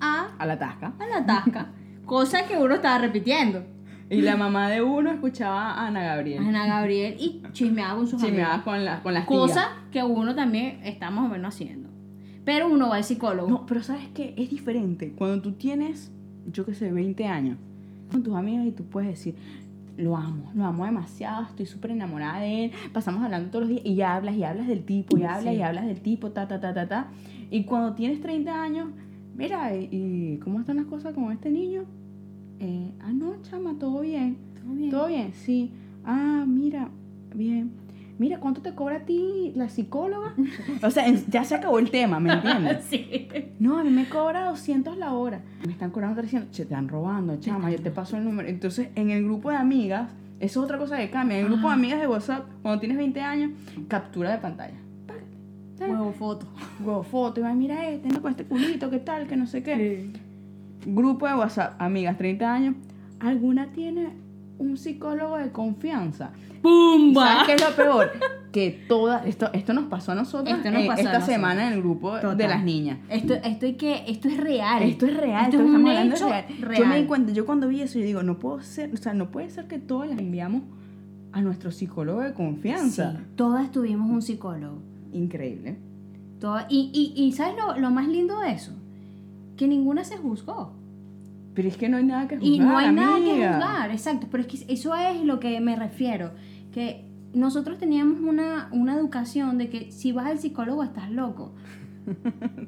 a, A la tasca. a la tasca, cosa que uno estaba repitiendo. Y la mamá de uno escuchaba a Ana Gabriel. Ana Gabriel y chismeaba con sus Chimeaba amigos. con, la, con las tías. Cosa que uno también está más o menos haciendo. Pero uno va al psicólogo. No, pero ¿sabes qué? Es diferente. Cuando tú tienes, yo qué sé, 20 años, con tus amigos y tú puedes decir, lo amo, lo amo demasiado, estoy súper enamorada de él, pasamos hablando todos los días y ya hablas y hablas del tipo, y hablas y hablas del tipo, ta, ta, ta, ta, ta. Y cuando tienes 30 años, mira, ¿y- ¿y cómo están las cosas con este niño? Eh, ah, no, chama, todo bien. Todo bien. ¿Todo bien? Sí. Ah, mira, bien. Mira, ¿cuánto te cobra a ti la psicóloga? O sea, en- ya se acabó el tema, ¿me entiendes? Sí. No, a mí me cobra 200 la hora. Me están cobrando 300. Se están robando, chama, yo te paso el número. Entonces, en el grupo de amigas, eso es otra cosa que cambia. En el grupo de amigas de WhatsApp, cuando tienes 20 años, captura de pantalla. Huevo foto. Huevo, foto, y va, mira este, anda con este culito, qué tal, que no sé qué. Grupo de WhatsApp, amigas, 30 años. ¿Alguna tiene un psicólogo de confianza? ¿Sabes ¡Pumba! qué es lo peor? Que toda, esto, esto nos pasó a nosotros eh, Esto nos pasó a esta nosotras. semana en el grupo de Total. las niñas. Esto, esto, hay que, esto es real. Esto es real, Esto, esto que es un estamos hablando es hecho real. Yo me di cuenta, yo cuando vi eso, yo digo, no puedo ser, o sea, no puede ser que todas las enviamos a nuestro psicólogo de confianza. Sí, todas tuvimos un psicólogo. Increíble. Todas- y, y, y ¿sabes lo, lo más lindo de eso? Que ninguna se juzgó. Pero es que no hay nada que juzgar. y no hay nada que amiga. juzgar, exacto. Pero es que eso es lo que me refiero. Que nosotros teníamos una, una educación de que si vas al psicólogo estás loco.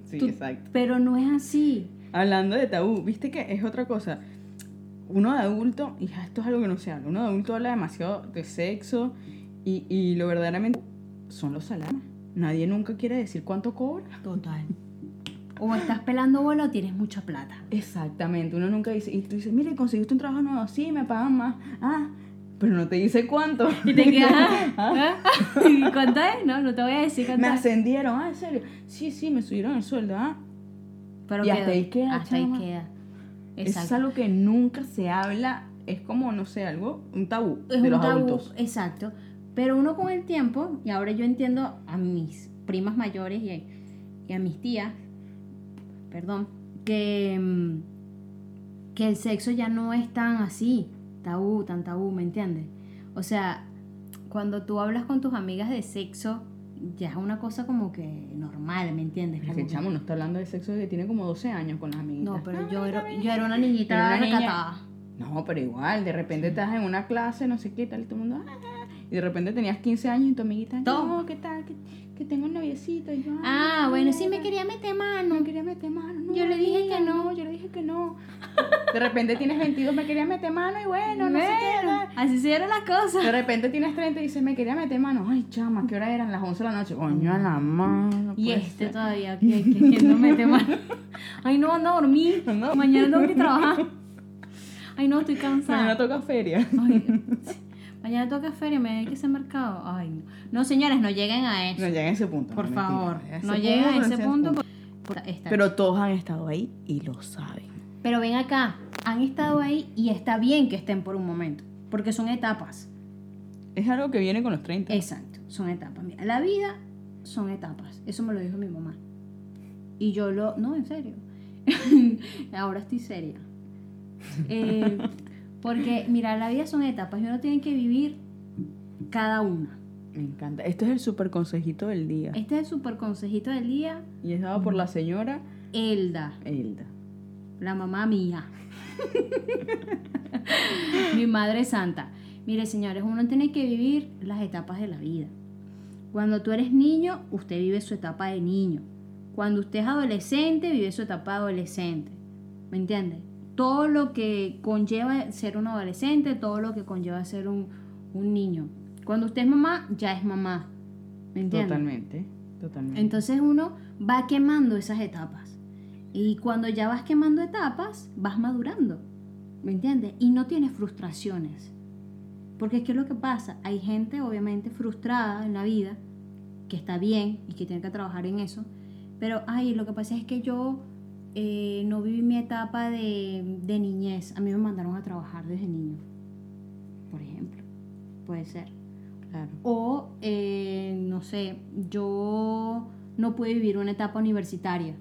Sí, Tú- exacto. Pero no es así. Hablando de tabú, viste que es otra cosa. uno de adulto, y esto es algo que no se habla, uno de adulto habla demasiado de sexo y, y lo verdaderamente son los salames. Nadie nunca quiere decir cuánto cobra. Total. O estás pelando bola o tienes mucha plata. Exactamente, uno nunca dice, y tú dices, mire, conseguiste un trabajo nuevo, sí, me pagan más, ah, pero no te dice cuánto. Y te quedas, Ah, ¿ah? ¿ah? ¿Y cuánto es? No, no te voy a decir cuánto Me es. ascendieron, ah, en serio, sí, sí, me subieron el sueldo, ah. Pero y hasta ahí queda, Hasta ahí chama. queda. Eso Exacto. Es algo que nunca se habla, es como, no sé, algo, un tabú es de un los tabú, adultos. Exacto. Pero uno con el tiempo, y ahora yo entiendo a mis primas mayores y a, y a mis tías, perdón, que, mm, que el sexo ya no es tan así, tabú, tan tabú, ¿me entiendes? O sea, cuando tú hablas con tus amigas de sexo, ya es una cosa como que normal, ¿me entiendes? Es Como que que- chamo no está hablando de sexo desde que tiene como 12 años con las amiguitas. no, pero yo era, yo era una niñita Era una niña. recatada. No, pero igual, de repente estás en una clase, no sé qué, tal, y todo el mundo, "Ah", y de repente tenías 15 años y tu amiguita, Toma. no, ¿qué tal? Que, que tengo un noviecito. Y yo, Ah, bueno, sí me quería quería meter mano. me quería meter mano. no, Yo le dije amiga, que no. Yo le dije que no. De repente tienes 22, me quería meter mano y bueno, no sé qué. Bueno, tal. así se dieron las cosas. De repente tienes 30 y dices, me quería meter mano. Ay, chama, ¿qué hora eran? Las 11 de la noche. Coño, a la mano. pues. Y este todavía, que, que, que no mete mano. Ay, no, anda a dormir. Mañana tengo que trabajar. Ay, no, estoy Mañana cansada. toca feria. Ay, mañana toca feria, me hay que hacer mercado. Ay, no. No, señores, no lleguen a eso. No lleguen a ese punto. por no, mentira. favor, Ese no lleguen a punto, ese punto. por- por- está- Pero todos han estado ahí y lo saben. Pero ven acá, han estado ahí y está bien que estén por un momento, porque son etapas. Es algo que viene con los 30. Exacto, son etapas. Mira, la vida son etapas. Eso me lo dijo mi mamá. Y yo lo. No, en serio. Ahora estoy seria. Eh, porque, mira, la vida son etapas y uno tiene que vivir cada una. Me encanta. Esto es el super consejito del día. Este es el super consejito del día. Y es dado por la señora Elda, Elda. la mamá mía. mi madre santa. Mire, señores, uno tiene que vivir las etapas de la vida. Cuando tú eres niño, usted vive su etapa de niño. Cuando usted es adolescente, vive su etapa de adolescente. ¿Me entiende? Todo lo que conlleva ser un adolescente, todo lo que conlleva ser un, un niño. Cuando usted es mamá, ya es mamá. ¿Me entiende? Totalmente. Totalmente. Entonces uno va quemando esas etapas. Y cuando ya vas quemando etapas, vas madurando. ¿Me entiendes? Y no tienes frustraciones. Porque es que lo que pasa, hay gente obviamente frustrada en la vida, que está bien y que tiene que trabajar en eso, pero, ay, lo que pasa es que yo eh, no viví mi etapa de, de niñez. A mí me mandaron a trabajar desde niño, por ejemplo. Puede ser. Claro. O, eh, no sé, yo no pude vivir una etapa universitaria.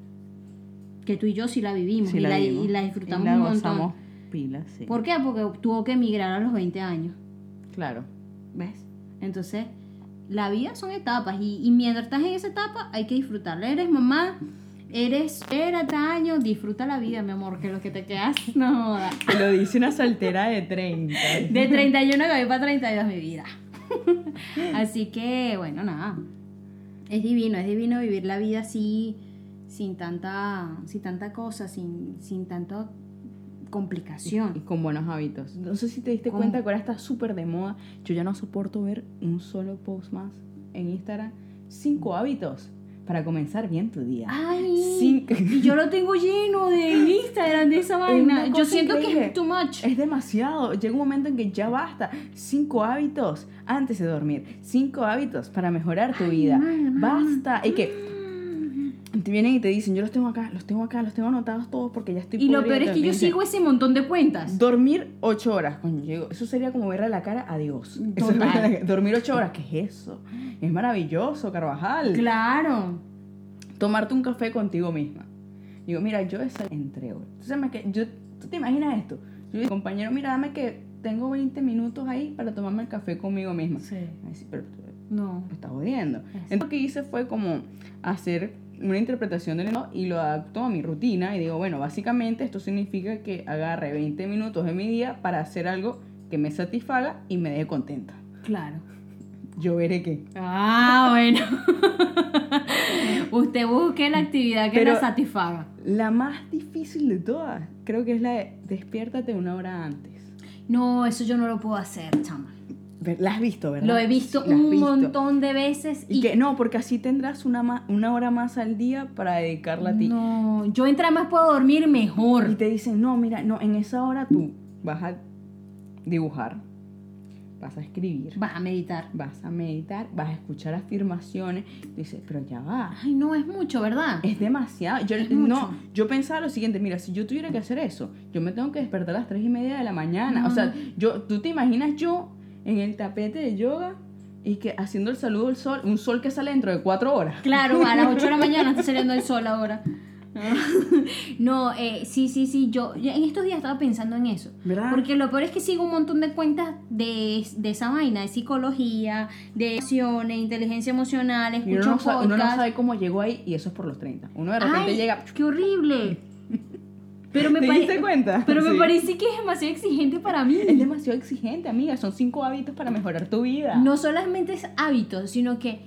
Que tú y yo sí la vivimos, Sí y, la, y vimos. la disfrutamos Y la un montón. gozamos pilas, sí. ¿Por qué? Porque tuvo que emigrar a los 20 años. Claro. ¿Ves? Entonces, la vida son etapas y, y mientras estás en esa etapa hay que disfrutarla. Eres mamá, eres era año, disfruta la vida, mi amor, que lo que te quedas no joda. Te lo dice una soltera de 30. De 31 que voy para 32 mi vida. Así que, bueno, nada. Es divino, es divino vivir la vida así, sin tanta, sin tanta cosa, sin, sin tanta Y complicación. con buenos hábitos. No sé si te diste ¿Cómo? cuenta que ahora está súper de moda. Yo ya no soporto ver un solo post más en Instagram. Cinco hábitos para comenzar bien tu día. Ay, Cinco. y yo lo tengo lleno de Instagram de esa una vaina. Yo cosa siento que increíble. es too much. Es demasiado. Llega un momento en que ya basta. Cinco hábitos antes de dormir. Cinco hábitos para mejorar tu vida. mal, mal, basta. Y que te vienen y te dicen, yo los tengo acá, los tengo acá, los tengo anotados todos porque ya estoy Y lo podrida peor es de que yo dormir". sigo ese montón de cuentas. Dormir ocho horas, coño, yo digo, eso sería como verle la cara a Dios. Eso es Total. verle la- dormir ocho horas, ¿qué es eso? Es maravilloso, Carvajal. Claro. Tomarte un café contigo misma. Digo, mira, yo esa entre horas. Entonces, me que- yo, ¿Tú te imaginas esto? Yo digo, compañero, mira, dame que tengo 20 minutos ahí para tomarme el café conmigo misma. Sí. Me dice, pero tú No. me estás jodiendo. Entonces, lo que hice fue como hacer una interpretación del helado y lo adapto a mi rutina y digo, bueno, básicamente esto significa que agarre 20 minutos de mi día para hacer algo que me satisfaga y me deje contenta. Claro. Yo veré qué. Ah, bueno. Usted busque la actividad que Pero- la satisfaga. La más difícil de todas, creo que es la de despiértate una hora antes. No, eso yo no lo puedo hacer, chama. Ver- La has visto, ¿verdad? Lo he visto Sí, la has un visto. montón de veces Y, que no, porque así tendrás una, ma- una hora más al día para dedicarla a ti. No, yo entre más puedo dormir Y mejor. te dicen, no, mira, no, en esa hora tú vas a dibujar, vas a escribir, Vas a meditar. vas a meditar, vas a escuchar afirmaciones. Dices, pero ya va. Ay, no es mucho, ¿verdad? Es demasiado. Yo, Es no, mucho. yo pensaba lo siguiente, mira, si yo tuviera que hacer eso, yo me tengo que despertar a las 3 y media de la mañana. O sea, yo, tú te imaginas yo en el tapete de yoga y que haciendo el saludo al sol, un sol que sale dentro de 4 horas. Claro, a las 8 de la mañana está saliendo el sol ahora. No, eh, sí, sí, sí, yo yo en estos días estaba pensando en eso. ¿Verdad? Porque lo peor es que sigo un montón de cuentas de, de esa vaina, de psicología, de emociones, inteligencia emocional, Y uno escucho no, sa- uno no podcasts. sabe cómo llegó ahí y eso es por los 30. Uno de repente Ay, llega... ¡Qué horrible! Pero me ¿Te pare- diste cuenta? Pero me Sí. parece que es demasiado exigente para mí. Es demasiado exigente, amiga. Son cinco hábitos para mejorar tu vida. No solamente es hábito, sino que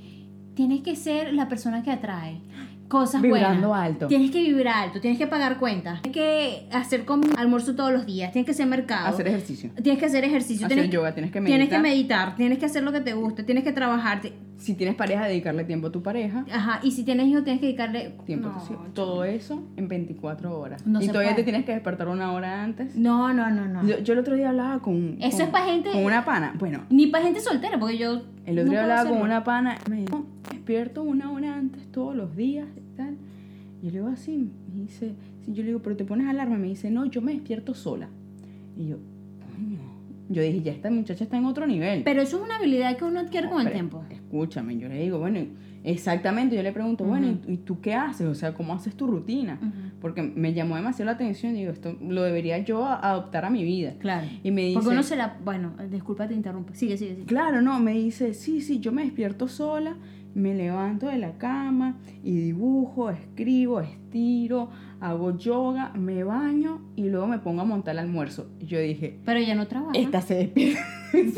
tienes que ser la persona que atrae cosas Vibrando buenas. alto. Tienes que vibrar alto, tienes que pagar cuentas, tienes que hacer com- almuerzo todos los días, tienes que hacer mercado. Hacer ejercicio. Tienes que hacer ejercicio, Hacer tienes, yoga, tienes que tienes que meditar. meditar, tienes que hacer lo que te guste, tienes que trabajar. te- Si tienes pareja, dedicarle tiempo a tu pareja. Ajá, y si tienes hijos, tienes que dedicarle Tiempo. no, sí. Todo eso en 24 horas. No y se todavía puede. te tienes que despertar una hora antes. No, no, no, no. Yo, yo el otro día hablaba con... Eso con- es pa' gente- Con una pana. Bueno, Ni para gente soltera, porque yo. el no otro día puedo hablaba con hacerlo. una pana. Me dijo, despierto una hora antes todos los días y tal. Y yo le digo así. Me dice... sí, yo le digo, pero te pones alarma. Me dice, no, yo me despierto sola. Y yo, coño. Yo dije, ya esta muchacha está en otro nivel. Pero eso es una habilidad que uno adquiere con el Pero, tiempo. Escúchame, yo le digo, bueno, y- exactamente, yo le pregunto, bueno, ¿y- ¿y tú qué haces? O sea, ¿cómo haces tu rutina? Ujú. Porque me llamó demasiado la atención y digo, esto lo debería yo a- adoptar a mi vida. Claro. Y me dice, Porque uno se la. Bueno, disculpa, te interrumpo. Sigue, sigue, sigue. claro, no, me dice, sí, sí, yo me despierto sola, me levanto de la cama y dibujo, escribo, estiro, hago yoga, me baño y luego me pongo a montar el almuerzo. Y yo dije, Pero ya no trabaja. esta se despierta.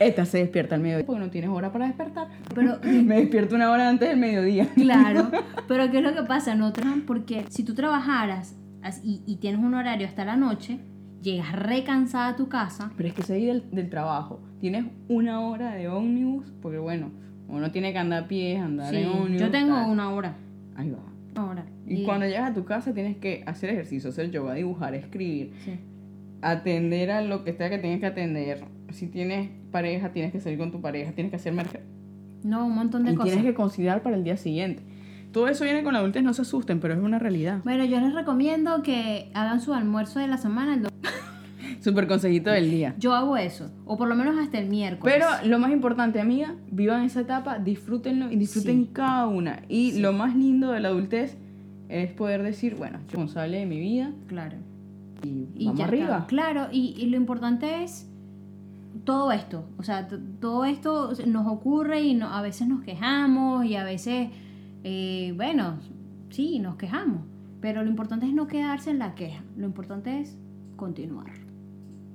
Esta se despierta al mediodía porque no tienes hora para despertar. Pero, Me despierto una hora antes del mediodía. claro. Pero ¿qué es lo que pasa? No trabajan porque si tú trabajaras as- y, y tienes un horario hasta la noche, llegas recansada a tu casa. Pero es que seguir del, del trabajo. Tienes una hora de ómnibus, porque bueno, uno tiene que andar a pie, andar Sí, en ómnibus. yo tengo tal. una hora. Ahí va. Una hora. Y cuando llegas a tu casa tienes que hacer ejercicio, hacer yoga, dibujar, escribir, sí. atender a lo que sea que tengas que atender. Si tienes pareja, tienes que salir con tu pareja, tienes que hacer mercado. No, un montón de Y cosas. tienes que conciliar para el día siguiente. Todo eso viene con la adultez, no se asusten, pero es una realidad. Bueno, yo les recomiendo que hagan su almuerzo de la semana. el do- Súper consejito del día. Yo hago eso. O por lo menos hasta el miércoles. Pero lo más importante, amiga, vivan esa etapa, disfrútenlo y disfruten Sí. cada una. Y lo más lindo de la adultez es poder decir, bueno, yo soy responsable de mi vida Claro. y, Y vamos ya está. arriba. Claro, y, y lo importante es todo esto. O sea, t- todo esto nos ocurre y no, a veces nos quejamos y a veces, eh, bueno, sí, nos quejamos. Pero lo importante es no quedarse en la queja. Lo importante es continuar.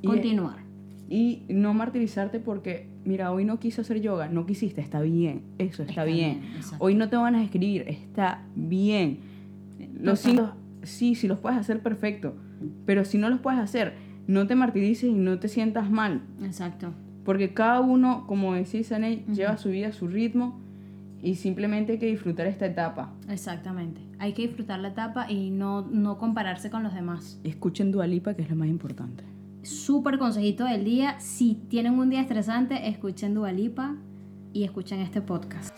Y- Continuar. Y no martirizarte porque, mira, hoy no quise hacer yoga, no quisiste, está bien, eso está, Está bien. bien, exacto. hoy no te van a escribir, está bien. Los signos, sí, si los puedes hacer, perfecto. Pero si no los puedes hacer, no te martirices y no te sientas mal. Exacto. Porque cada uno, como decís, Anel, lleva su vida a su ritmo y simplemente hay que disfrutar esta etapa. Exactamente. Hay que disfrutar la etapa y no, no compararse con los demás. Escuchen Dualipa, que es lo más importante. Súper consejito del día. Si tienen un día estresante, escuchen Dualipa y escuchen este podcast.